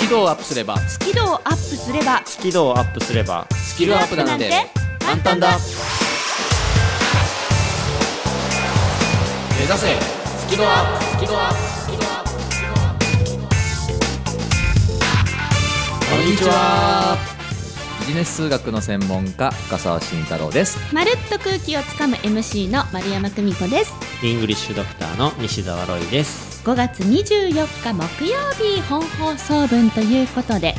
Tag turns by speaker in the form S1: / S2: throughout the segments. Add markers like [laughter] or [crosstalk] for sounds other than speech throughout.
S1: キ度をアップすれば
S2: スキルをアップすれば
S3: スキルをアップすれば
S1: スキルアップなんて簡単だ目指せスキルアップスキルアップスキルアップこんにちはビジネス数学の専門家深澤慎太郎です
S2: まるっと空気をつかむ MC の丸山久美子です
S3: イングリッシュドクターの西澤ロイです
S2: 5月24日木曜日本放送分ということで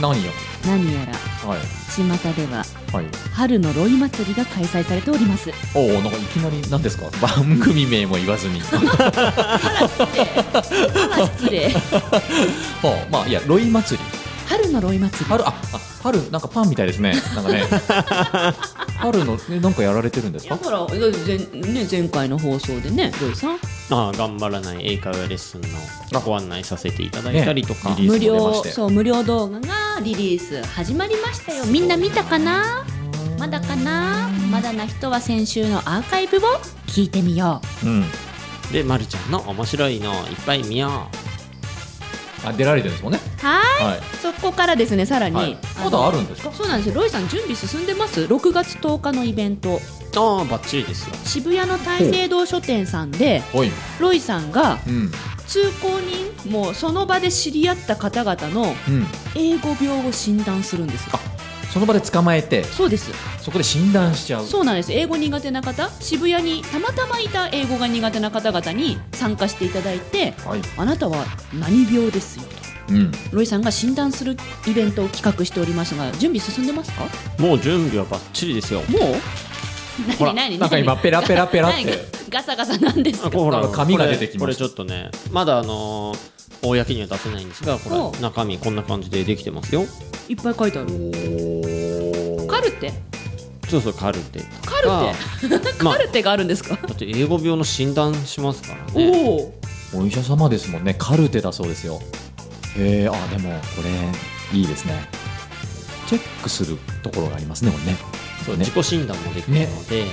S1: 何よ
S2: 何やら
S1: はい
S2: 巷では
S1: はい
S2: 春のロイ祭りが開催されております
S1: おおなんかいきなり何ですか番組名も言わず [laughs] に
S2: あら失 [laughs] 礼
S1: はあまあいやロイ祭り
S2: 春のロイ祭り
S1: 春ああ春なんかパンみたいですねなんかね春のねなんかやられてるんですか
S2: ほら前,、ね、前回の放送でねロイさん
S3: ああ頑張らない英会話レッスンのご案内させていただいたりとか、
S1: ねリリースも
S2: 無
S1: 出ま
S2: 料
S1: して
S2: そう無料動画がリリース始まりましたよみんな見たかなまだかなまだな人は先週のアーカイブを聞いてみよ
S1: うん
S3: で、ま、るちゃんの面白いのをいっぱい見よう
S1: あ出られてるんですもんね
S2: うは
S1: はい
S2: いそこからですねさらに、
S1: はい
S2: あ
S1: ま
S2: の
S1: だあるんですか
S2: そうなんですよロイさん準備進んでます6月10日のイベント
S3: ああバッチリですよ
S2: 渋谷の大聖堂書店さんで
S1: おい
S2: ロイさんが
S1: うん
S2: 通行人もうその場で知り合った方々の
S1: うん
S2: 英語病を診断するんですよ
S1: あその場で捕まえて
S2: そうです
S1: そこで診断しちゃう
S2: そうなんです英語苦手な方渋谷にたまたまいた英語が苦手な方々に参加していただいて
S1: はい
S2: あなたは何病ですよ
S1: うん
S2: とロイさんが診断するイベントを企画しておりましたが準備進んでますか
S3: もう準備はバッチリですよ
S2: もう
S1: ほらなんか今ペラペラペラって
S2: 何ガサガサなんです
S3: あ
S2: か
S3: こうほら
S1: なんか紙が出てきました
S3: これこれちょっとねまだあのー公には出せないんですがこ
S2: ほ
S3: れ
S2: う
S3: 中身こんな感じでできてますよ
S2: いっぱい書いてあるカルテ
S3: そうそうカルテと
S2: カ
S3: か
S2: ルテ、
S3: まあ
S2: カルテがあるんですか、
S3: だって英語病の診断しますからね
S2: おお
S1: お医者様ですもんねカルテだそうですよへえあでもこれいいですねチェックするところがありますねこれね
S3: そう
S1: ね
S3: 自己診断もできるので、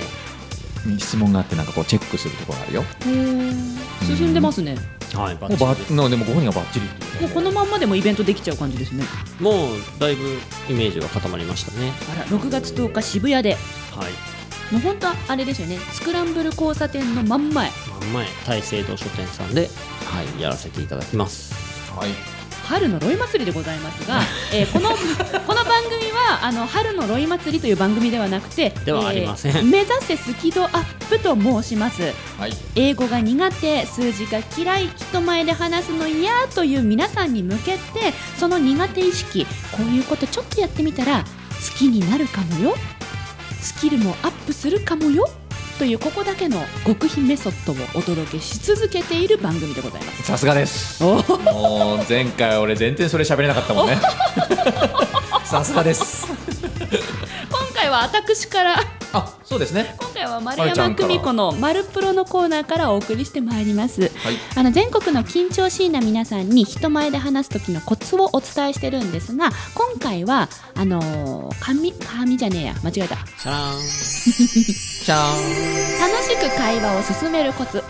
S1: 質問があってなんかこうチェックするところがあるよ
S2: 進んでますね
S3: はいバ
S1: もう
S3: ッチリ
S1: ば
S3: です
S1: のでもご本人がバッチリっていうね
S2: もうこのまんまでもイベントできちゃう感じですね
S3: もうだいぶイメージが固まりましたね
S2: あら6月10日渋谷で
S3: はい
S2: もう本当はあれですよねスクランブル交差点の真ん前
S3: 真ん前大聖堂書店さんではいやらせていただきます
S1: はい
S2: 春のロイ祭りでございますが、えーこのこの番組はあの春のロイ祭りという番組ではなくて
S3: ではありません
S2: えー目指せスキドアップと申します
S1: はい
S2: 英語が苦手数字が嫌い人前で話すの嫌という皆さんに向けてその苦手意識こういうことちょっとやってみたら好きになるかもよスキルもアップするかもよというここだけの極秘メソッドをお届けし続けている番組でございます。
S1: さすがですもう前回俺全然それ喋れなかったもん [laughs] ねさすがです
S2: 今回は私から
S1: あそうですね
S2: 今回は丸
S1: まるちゃ
S2: 山
S1: んか
S2: 久
S1: ら
S2: 美子の「マルプロ」のコーナーからお送りしてまいります。
S1: はい
S2: あの全国の緊張しいな皆さんに人前で話す時のコツをお伝えしてるんですが今回はあのー、紙紙じゃねえや間違えた
S3: チャー
S1: じゃー
S2: 楽しく会話を進めるコツ
S1: ん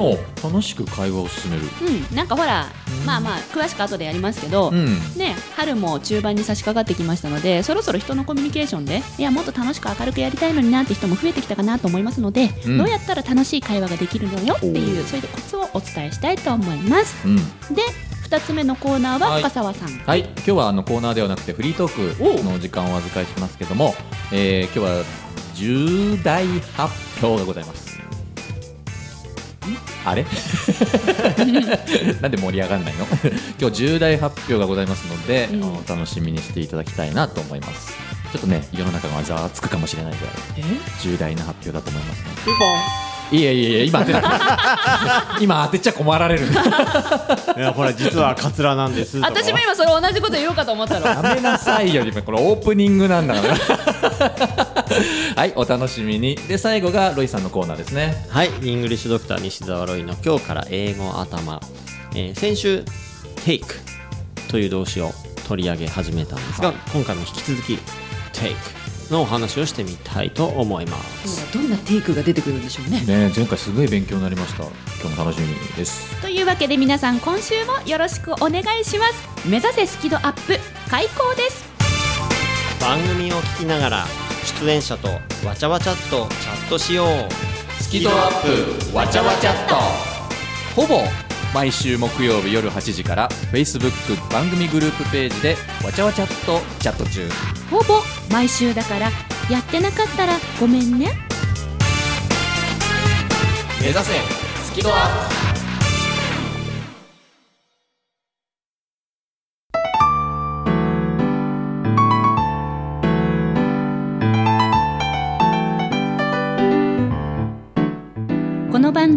S1: お楽しく会話を進める
S2: うんなんかほら
S1: うん
S2: まあまあ詳しく後でやりますけど、
S1: うん
S2: ね、春も中盤に差し掛かってきましたのでそろそろ人のコミュニケーションでいやもっと楽しく明るくやりたいのになって人も増えてきたかなと思いますので、
S1: うん
S2: どうやったら楽しい会話ができるのよってい
S1: お
S2: う
S1: ー
S2: そういうコツをお伝えしたいと思います
S1: うん
S2: で2つ目のコーナー
S1: は
S2: はい深澤さん、
S1: はい今日はあのコーナーではなくてフリートークの時間をお預かりしますけども、えー、今日は重大発表がございますあれなんで盛り上がんないの今日重大発表がございますので、
S2: うん
S1: あの楽しみにしていただきたいなと思いますちょっとね世の中がざわつくかもしれないぐらい重大な発表だと思いますので
S3: ピンポ
S1: いやいやいや今当てな今当てちゃ困られる
S3: ンいやこれ実はカツラなんですとか
S2: 私も今それ同じこと言おうかと思ったの
S1: やめなさいよ、今これオープニングなんだ [laughs] から。はい、お楽しみに。で、最後がロイさんのコーナーですね。
S3: はいイングリッシュドクター西澤ロイの今日から英語頭、えー先週 take という動詞を取り上げ始めたんですが今回も引き続き take のお話をしてみたいと思います。
S2: 今日はどんなテイクが出てくるんでしょうね
S1: ね前回すごい勉強になりました今日も楽しみです
S2: [laughs] というわけで皆さん今週もよろしくお願いします目指せスキドアップ開講です
S3: 番組を聞きながら出演者とわちゃわちゃっとチャットしよう。
S4: スキドアップわちゃわちゃっとほぼ毎週木曜日夜8時から Facebook 番組グループページでわちゃわちゃっとチャット中
S2: ほぼ毎週だからやってなかったらごめんね
S4: 目指せスキドアップ
S2: この番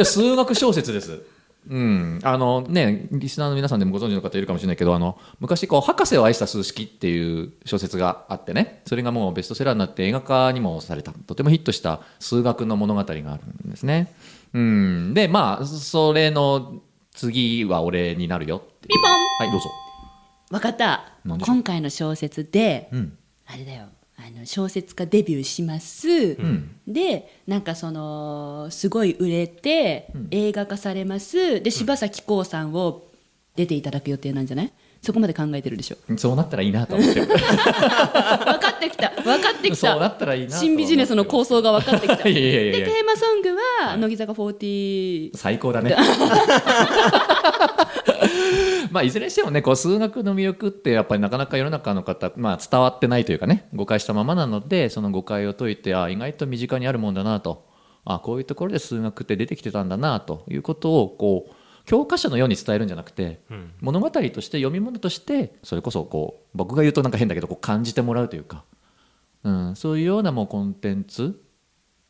S1: や数学小説です。うん、あのねリスナーの皆さんでもご存知の方いるかもしれないけどあの昔こう「博士を愛した数式」っていう小説があってねそれがもうベストセラーになって映画化にもされたとてもヒットした数学の物語があるんですね。うん、でまあそれの次は俺になるよって
S5: ピンポン
S1: はいどうぞ。
S5: わかった
S1: 何でしょう
S5: 今回の小説で、
S1: うん
S5: あれだよあの小説家デビューします、
S1: ん
S5: でなんかそのすごい売れて、映画化されますで柴咲コウさんを出ていただく予定なんじゃないそこまで考えてるで
S1: [laughs]
S5: しょ
S1: そうなったらいいなと思ってる
S5: 分かってきた分かってき
S1: そうな
S5: た
S1: ったらいいなと思って
S5: 新ビジネスの構想が分かってきた
S1: いやいやいやい
S5: で
S1: や
S5: テーマソングは乃木坂40
S1: 最高だね。 [laughs] まあ、いずれにしてもねこう数学の魅力ってやっぱりなかなか世の中の方、まあ、伝わってないというかね誤解したままなのでその誤解を解いてあ意外と身近にあるもんだなとあこういうところで数学って出てきてたんだなということをこう教科書のように伝えるんじゃなくて、物語として読み物としてそれこそこう僕が言うとなんか変だけどこう感じてもらうというか、うん、そういうようなもうコンテンツ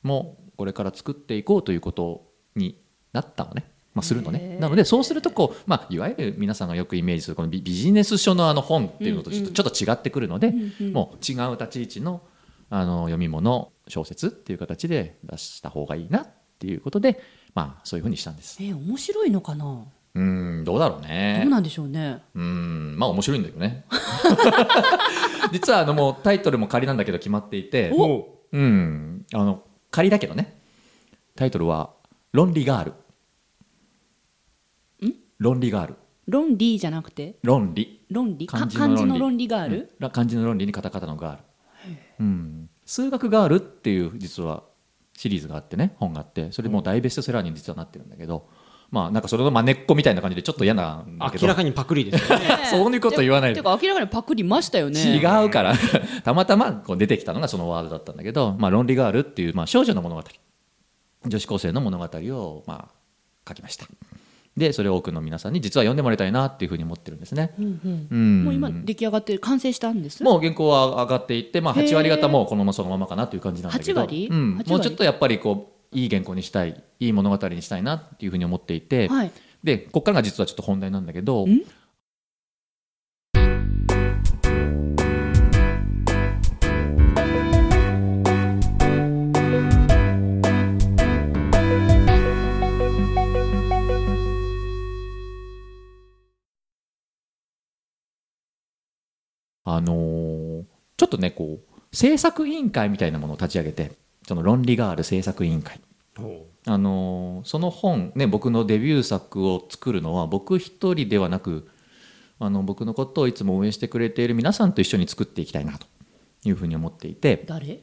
S1: もこれから作っていこうということになったのね、まあ、するのねなのでそうするとこう、まあ、いわゆる皆さんがよくイメージするこのビビジネス書のあの本っていうのとちょっと,、ちょっと違ってくるので、もう違う立ち位置のあの読み物小説っていう形で出した方がいいなっていうことで、まあ、そういうふうにしたんです
S5: え面白いのかな
S1: うんどうだろうね
S5: どうなんでしょうね
S1: うーんまあ面白いんだけどね [laughs] 実はあのもうタイトルも仮なんだけど決まっていて
S3: お
S1: うんあの仮だけどねタイトルは「ロンリガール」ロンリガール
S5: 論理じゃなくて
S1: 論理
S5: 論理か
S1: 漢
S5: 漢
S1: 字
S5: 字
S1: の論理
S5: の論理がある、
S1: うん漢字の論理にカタカタのガール、うん、数学ガールっていう実はシリーズがあってね本があってそれもう大ベストセラーに実はなってるんだけどまあなんかそれの真根っこみたいな感じでちょっと嫌なんだけど
S3: [laughs] 明らかにパクリですよね。
S1: [laughs] そういうこと言わないで
S5: てか明らかにパクリましたよね
S1: 違うから [laughs] たまたまこう出てきたのがそのワードだったんだけど「まあ、論理ガール」っていう、まあ、少女の物語女子高生の物語を、まあ、書きましたでそれを多くの皆さんに実は読んでもらいたいなっていうふうに思ってるんですね、うん
S5: もう今出来上がってる完成したんです
S1: もう原稿は上がっていって、まあ、
S5: へー
S1: 8割方もうこのままそのままかなという感じなんだけど
S5: 8割
S1: うん、
S5: 8
S1: もうちょっとやっぱりこういい原稿にしたいいい物語にしたいなっていうふうに思っていて、
S5: はい
S1: でここからが実はちょっと本題なんだけど
S5: ん
S1: あのーちょっとねこう制作委員会みたいなものを立ち上げてその論理ガール制作委員会
S3: ほ
S1: あのーその本、ね、僕のデビュー作を作るのは僕一人ではなくあの僕のことをいつも応援してくれている皆さんと一緒に作っていきたいなというふうに思っていて
S5: 誰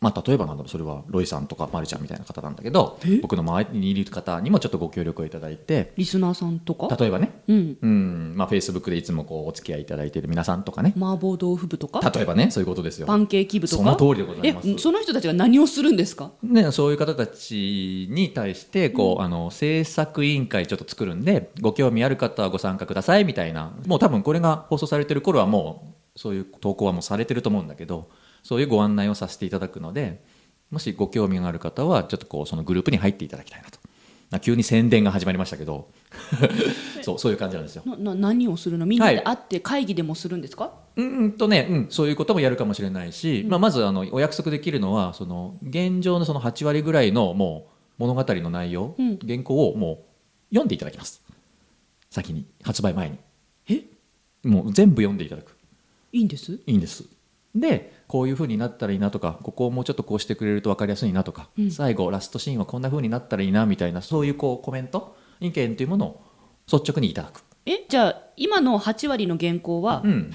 S1: まあ、例えばなんだろうそれはロイさんとかマリちゃんみたいな方なんだけど僕の周りにいる方にもちょっとご協力をいただいて
S2: リスナーさんとか
S1: 例えばね
S2: うん
S1: うんまあ、フェイスブックでいつもこうお付き合いいただいている皆さんとかね
S2: 麻婆豆腐部とか
S1: 例えばねそういうことですよ
S2: パ、ンケーキ部とか
S1: その通りでございます
S2: えその人たちが何をするんですか
S1: ね、そういう方たちに対してこう、あの制作委員会ちょっと作るんでご興味ある方はご参加くださいみたいなもう多分これが放送されてる頃はもうそういう投稿はもうされてると思うんだけどそういうご案内をさせていただくのでもしご興味がある方はちょっとこうそのグループに入っていただきたいなと。な急に宣伝が始まりましたけど [laughs] そうそういう感じなんですよ。
S2: なな何をするのみんなで
S1: はい
S2: 会って会議でもするんですか、
S1: うんとね、うん、そういうこともやるかもしれないし、まあ、まずあのお約束できるのはその現状のその8割ぐらいのもう物語の内容、
S2: うん
S1: 原稿をもう読んでいただきます先に発売前に
S2: え
S1: もう全部読んでいただく
S2: いいんです
S1: いいんですでこういうふうになったらいいなとかここをもうちょっとこうしてくれると分かりやすいなとか、
S2: うん
S1: 最後ラストシーンはこんなふうになったらいいなみたいなそういうこうコメント意見というものを率直にいただく、
S2: えじゃあ今の8割の原稿は
S1: うん、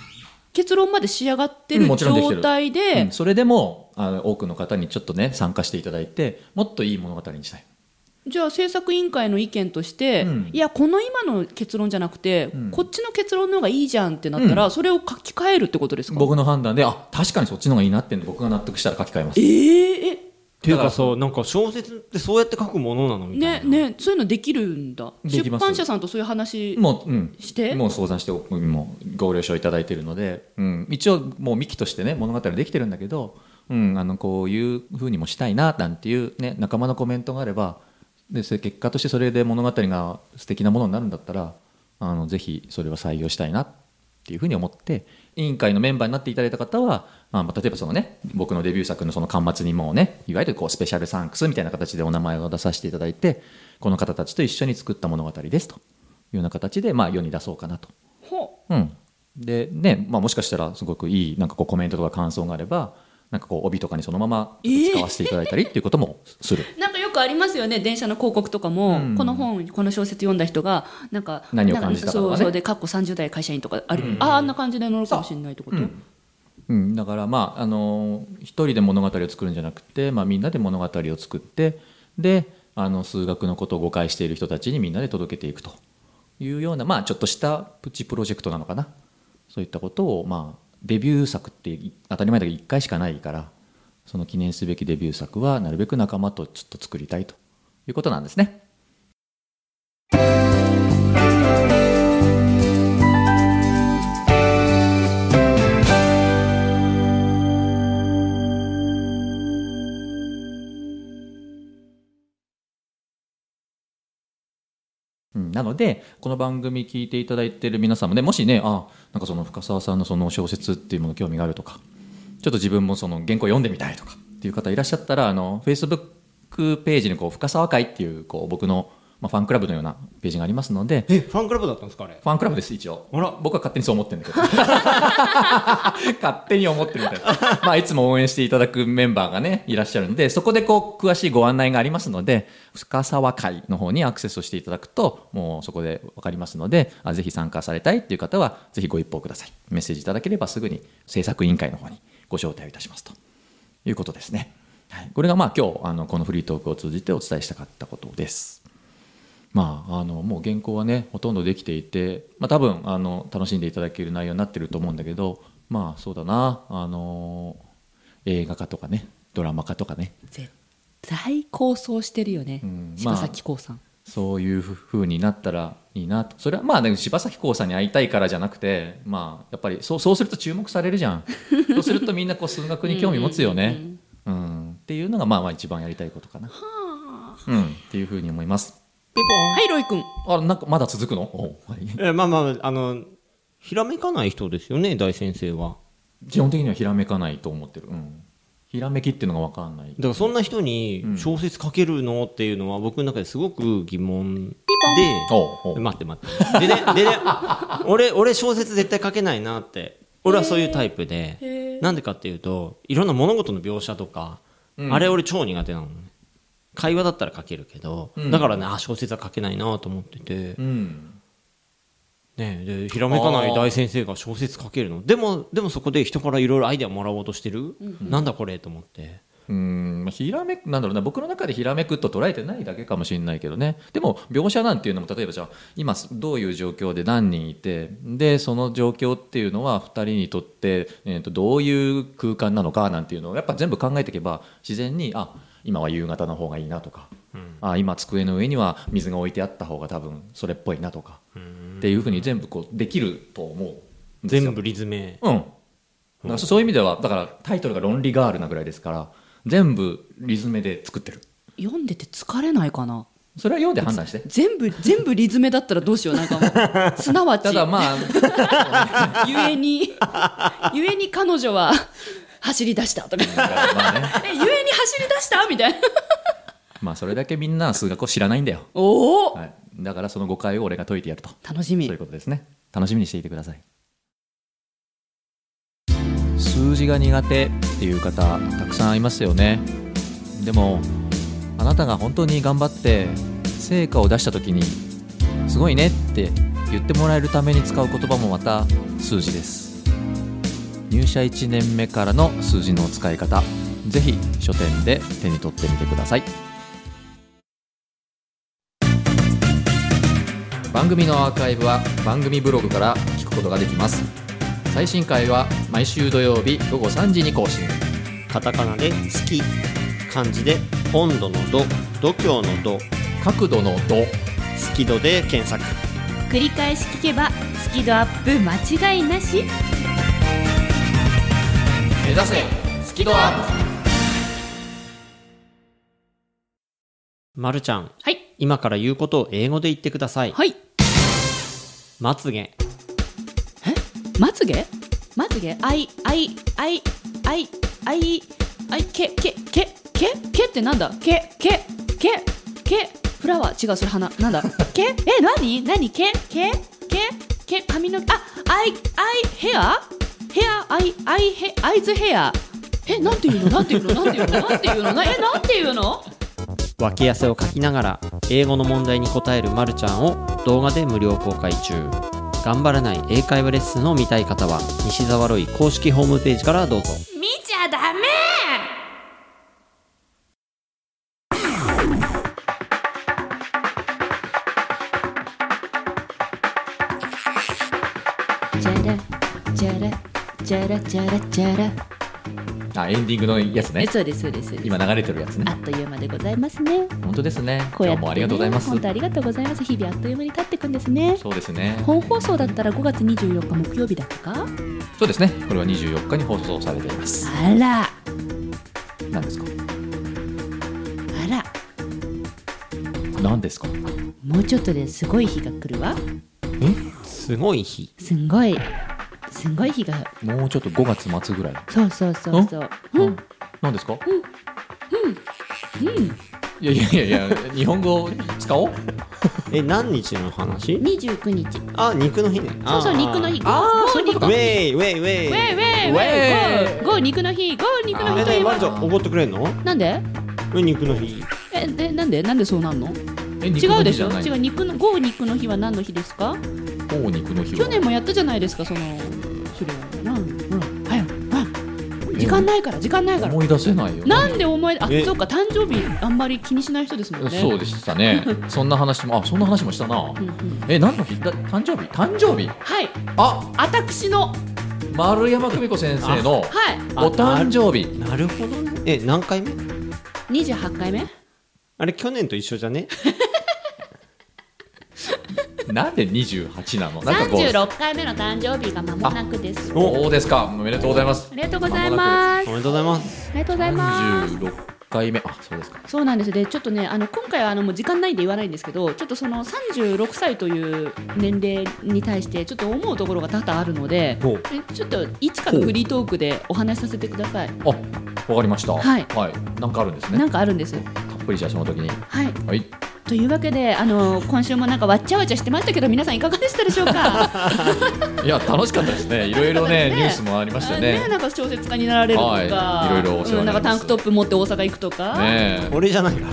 S2: 結論まで仕上がって
S1: う
S2: る
S1: んもちろんできてる
S2: 状態で
S1: うんそれでもあの多くの方にちょっとね参加していただいてもっといい物語にしたい、
S2: じゃあ制作委員会の意見として、
S1: うん
S2: いやこの今の結論じゃなくて、
S1: ん
S2: こっちの結論の方がいいじゃんってなったら、
S1: う
S2: それを書き換えるってことですか
S1: 僕の判断であ確かにそっちの方がいいなってんで僕が納得したら書き換えます
S2: えー、え
S3: ていうかさなんか小説ってそうやって書くものなのみた
S2: ね
S3: いな、
S2: ねそういうのできるんだ
S1: で
S2: 出
S1: きます
S2: 版社さんとそういう話
S1: もう、うん、
S2: して
S1: もう相談してもうご了承いただいているので、うん、一応もう幹としてね物語できてるんだけど、うん、あのこういうふうにもしたいななんていう、ね、仲間のコメントがあればでそれ結果としてそれで物語が素敵なものになるんだったらあのぜひそれは採用したいなっていうふうに思って委員会のメンバーになっていただいた方は、あまあ、例えばそのね僕のデビュー作のその巻末にもうねいわゆるこうスペシャルサンクスみたいな形でお名前を出させていただいてこの方たちと一緒に作った物語ですというような形で、まあ、世に出そうかなと。
S2: ほ
S1: うん、でね、まあ、もしかしたらすごくいいなんかこうコメントとか感想があればなんかこう帯とかにそのまま使わせていただいたりっていうこともする。
S2: うなんかよくありますよね電車の広告とかも、
S1: うん
S2: この本この小説読んだ人がなんか
S1: 何を感じたかとかね
S2: なんそうそうでかっこ30代会社員とかある、ああんな感じで乗るかもしれないってこと、
S1: そううん、だからまあ、あのー一人で物語を作るんじゃなくて、まあ、みんなで物語を作ってであの数学のことを誤解している人たちにみんなで届けていくというような、まあ、ちょっとしたプチプロジェクトなのかなそういったことを、まあ、デビュー作ってい当たり前だけど1回しかないからその記念すべきデビュー作はなるべく仲間とちょっと作りたいということなんですね。うんなのでこの番組聞いていただいている皆さんもねもしねあなんかその深澤さんのその小説っていうもの興味があるとかちょっと自分もその原稿読んでみたいとかっていう方いらっしゃったらあの Facebook ページにこう深澤会っていうこう僕の、まあ、ファンクラブのようなページがありますので
S3: えファンクラブだったんですかあれ
S1: ファンクラブです一応
S3: あら
S1: 僕は勝手にそう思ってるんだけど [laughs] 勝手に思ってるみたいなまあいつも応援していただくメンバーがねいらっしゃるんでそこでこう詳しいご案内がありますので深沢会の方にアクセスをしていただくともうそこで分かりますのであぜひ参加されたいっていう方はぜひご一報くださいメッセージいただければすぐに制作委員会の方にご招待をいたしますということですね、はい、これがまあ今日あのこのフリートークを通じてお伝えしたかったことですまあ、あのもう原稿はねほとんどできていて、まあ、多分あの楽しんでいただける内容になってると思うんだけどまあそうだなあの映画化とかねドラマ化とかね
S2: 絶対構想してるよね、
S1: うん
S2: 柴咲コウさん、
S1: そういうふうになったらいいなとそれはまあ、ね、柴咲コウさんに会いたいからじゃなくて、まあ、やっぱりそうそうすると注目されるじ [laughs] ゃんそうするとみんなこう数学に興味持つよねうんっていうのがまあまあ一番やりたいことかな、うん、っていうふうに思います
S3: ピポン
S2: はいロイ君
S1: あなんかまだ続くのおはい
S3: えまあまああのひらめかない人ですよね大先生は
S1: 基本的にはひらめかないと思ってる、うん、ひらめきっていうのが分かんない
S3: だからそんな人に小説書けるのっていうのは僕の中ですごく疑問で
S1: おうおう
S3: 待って待ってでねでね [laughs] 俺俺小説絶対書けないなって俺はそういうタイプでなんでかっていうといろんな物事の描写とかあれ俺超苦手なのね会話だったら書けるけどだからねあ小説は書けないなと思ってて
S1: うん
S3: ねでひらめかない大先生が小説書けるのでもでもそこで人からいろいろアイデアもらおうとしてるなんだこれと思って
S1: うんまあひらめくなんだろうな僕の中でひらめくと捉えてないだけかもしれないけどねでも描写なんていうのも例えばじゃあ今どういう状況で何人いてでその状況っていうのは2人にとって、えー、とどういう空間なのかなんていうのをやっぱ全部考えていけば自然にあ今は夕方の方がいいなとか、あ今机の上には水が置いてあった方が多分それっぽいなとか、っていうふうに全部こうできると思うんですよ
S3: 全部リズム
S1: うん、だからそそういう意味ではだからタイトルが「論理ガール」なぐらいですから全部リズムで作ってる
S5: 読んでて疲れないかな
S1: それは読んで判断して
S5: 全部全部リズムだったらどうしようなんか
S1: [laughs]
S5: もうすなわち
S1: ただまあ
S5: ゆえに [laughs] ゆえに彼女は走り出したとか
S1: [laughs] まあね
S5: えゆえに走り出したみたいな
S1: まあそれだけみんな数学を知らないんだよ、
S5: おお、
S1: はい、だからその誤解を俺が解いてやるとそ
S5: 楽し
S1: う
S5: み
S1: いうことですね楽しみにしていてください数字が苦手っていう方たくさんいますよねでもあなたが本当に頑張って成果を出した時に「すごいね」って言ってもらえるために使う言葉もまた数字です入社1年目からの数字の使い方ぜひ書店で手に取ってみてください番組のアーカイブは番組ブログから聞くことができます最新回は毎週土曜日午後3時に更新
S3: カタカナで「好き」漢字で「温度の度」「度胸の度」
S1: 角度の度
S3: 「好き度」で検索
S5: 繰り返し聞けばスキドアップ間違いなし
S1: 目指せスキドアップ
S3: まるちゃん
S5: はい
S3: 今から言うことを英語で言ってください
S5: はい
S3: まつげ
S5: まつげまつげあいあいあいあいあいあいけけけけけってなんだけけけけフラワー違うそれ花なんだけえなになにけけけけ髪の毛あアイアイヘアヘアアイアイヘアイズヘアえなんていうのなんていうのなんていうのなんていうのなえなんていうの
S3: 脇汗をかきながら英語の問題に答えるまるちゃんを動画で無料公開中頑張らない英会話レッスンを見たい方は西沢ロイ公式ホームページからどうぞ
S5: 見ちゃダメチャラチャラチャラチャラチャラ
S1: あエンディングのやつね
S5: えそうですそうですそうです
S1: 今流れてるやつね
S5: あっという間でございますね
S1: 本当ですね
S5: こうや
S1: 今日
S5: って、ね、
S1: もありがとうございます
S5: 本当ありがとうございます日々あっという間に経っていくんですね
S1: そうですね
S5: 本放送だったら5月24日木曜日だったか
S1: そうですねこれは24日に放送されています
S5: あら
S1: 何ですか
S5: あら
S1: 何ですか
S5: もうちょっとですごい日が来るわ
S3: すごい日
S5: すんごいすんごい日が
S1: もうちょっと5月末ぐらい
S5: そうそうそうそううん
S1: 何ですかいやいやいやいや日本語を使おう
S3: え何日の話
S5: 29日
S3: あ肉の日ね
S5: そうそう肉の日ゴーゴー肉
S3: ウェイウェイウェイ
S5: ウェイウェイウ
S1: ウ
S5: ェイ
S1: ェイ
S5: ゴーゴー肉の日ゴー肉の
S3: え
S5: 日と
S3: で
S5: いえ
S3: ま
S5: ば
S3: るちゃんおごってくれんの
S5: なんで
S3: え肉の日
S5: えでなんでなんでそうなんの
S1: え肉
S5: 違
S1: の
S5: うで
S1: 日
S5: し
S1: じゃ
S5: ょ
S1: ない
S5: 違う肉のゴー肉の日は何の日ですか
S1: お肉の日は
S5: 去年もやったじゃないですかそのそれはなんほらはよあ時間ないから時間ないから
S1: 思い出せないよ
S5: なんで思いあ
S3: え
S5: そうか誕生日あんまり気にしない人ですもんね
S1: そうでした
S5: [laughs]
S1: ねそんな話もあそんな話もしたな
S5: うんうん
S1: え何の日だ誕生日誕生日
S5: はい
S1: あ
S5: 私のは
S1: 丸山久美子先生の
S5: い
S1: お誕生日
S3: なるほどねえ何回目
S5: 28回目
S3: あれ去年と一緒じゃ
S5: [laughs]
S3: ね
S1: なんで28なのなんかこう
S5: 36回目の誕生日が間もなくですあ
S1: おおですかおめでとうございます
S5: りがとうございます
S3: おめでとうございます
S5: ありがとうございます
S1: 36回目あそうですか
S5: そうなんですでちょっとねあの今回はあのもう時間ないんで言わないんですけどちょっとその36歳という年齢に対してちょっと思うところが多々あるので
S3: ほう
S5: えちょっといつかのフリートークでお話しさせてください
S1: あわかりました
S5: はい
S1: はい、なんかあるんですね
S5: なんかあるんです
S1: たっぷりじゃあその時に
S5: はい
S1: はい
S5: というわけであの今週もなんかわっちゃわちゃしてましたけど皆さんいかがでしたでしょ
S1: [laughs]
S5: うか
S1: いや楽しかったです
S5: [laughs]
S1: ねいろいろね
S5: ね
S1: ニュースもありましたね
S5: ねなんか小説家になられるとか、
S1: はいいろいろお世話
S5: うん
S1: に
S5: な
S1: なんります
S5: かタンクトップ持って大阪行くとか、
S1: ねえ
S3: 俺じゃないか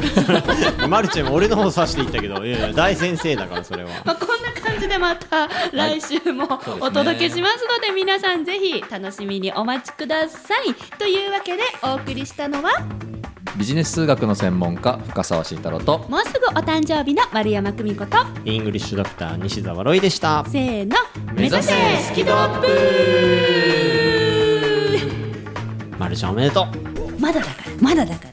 S3: ら。 [laughs] マルチェも俺の方指していったけど、いやいや、大先生だから、それは。
S5: まあ、こんな感じでまた来週もお届けしますので皆さんぜひ楽しみにお待ちください。というわけでお送りしたのは
S1: ビジネス数学の専門家深澤慎太郎と
S5: もうすぐお誕生日の丸山久美子と
S3: イングリッシュドクター、西澤ロイでした。
S5: せーの
S1: 目指せ
S5: スキドアップ
S3: マルチェおめでとう。
S5: まだだからまだだから。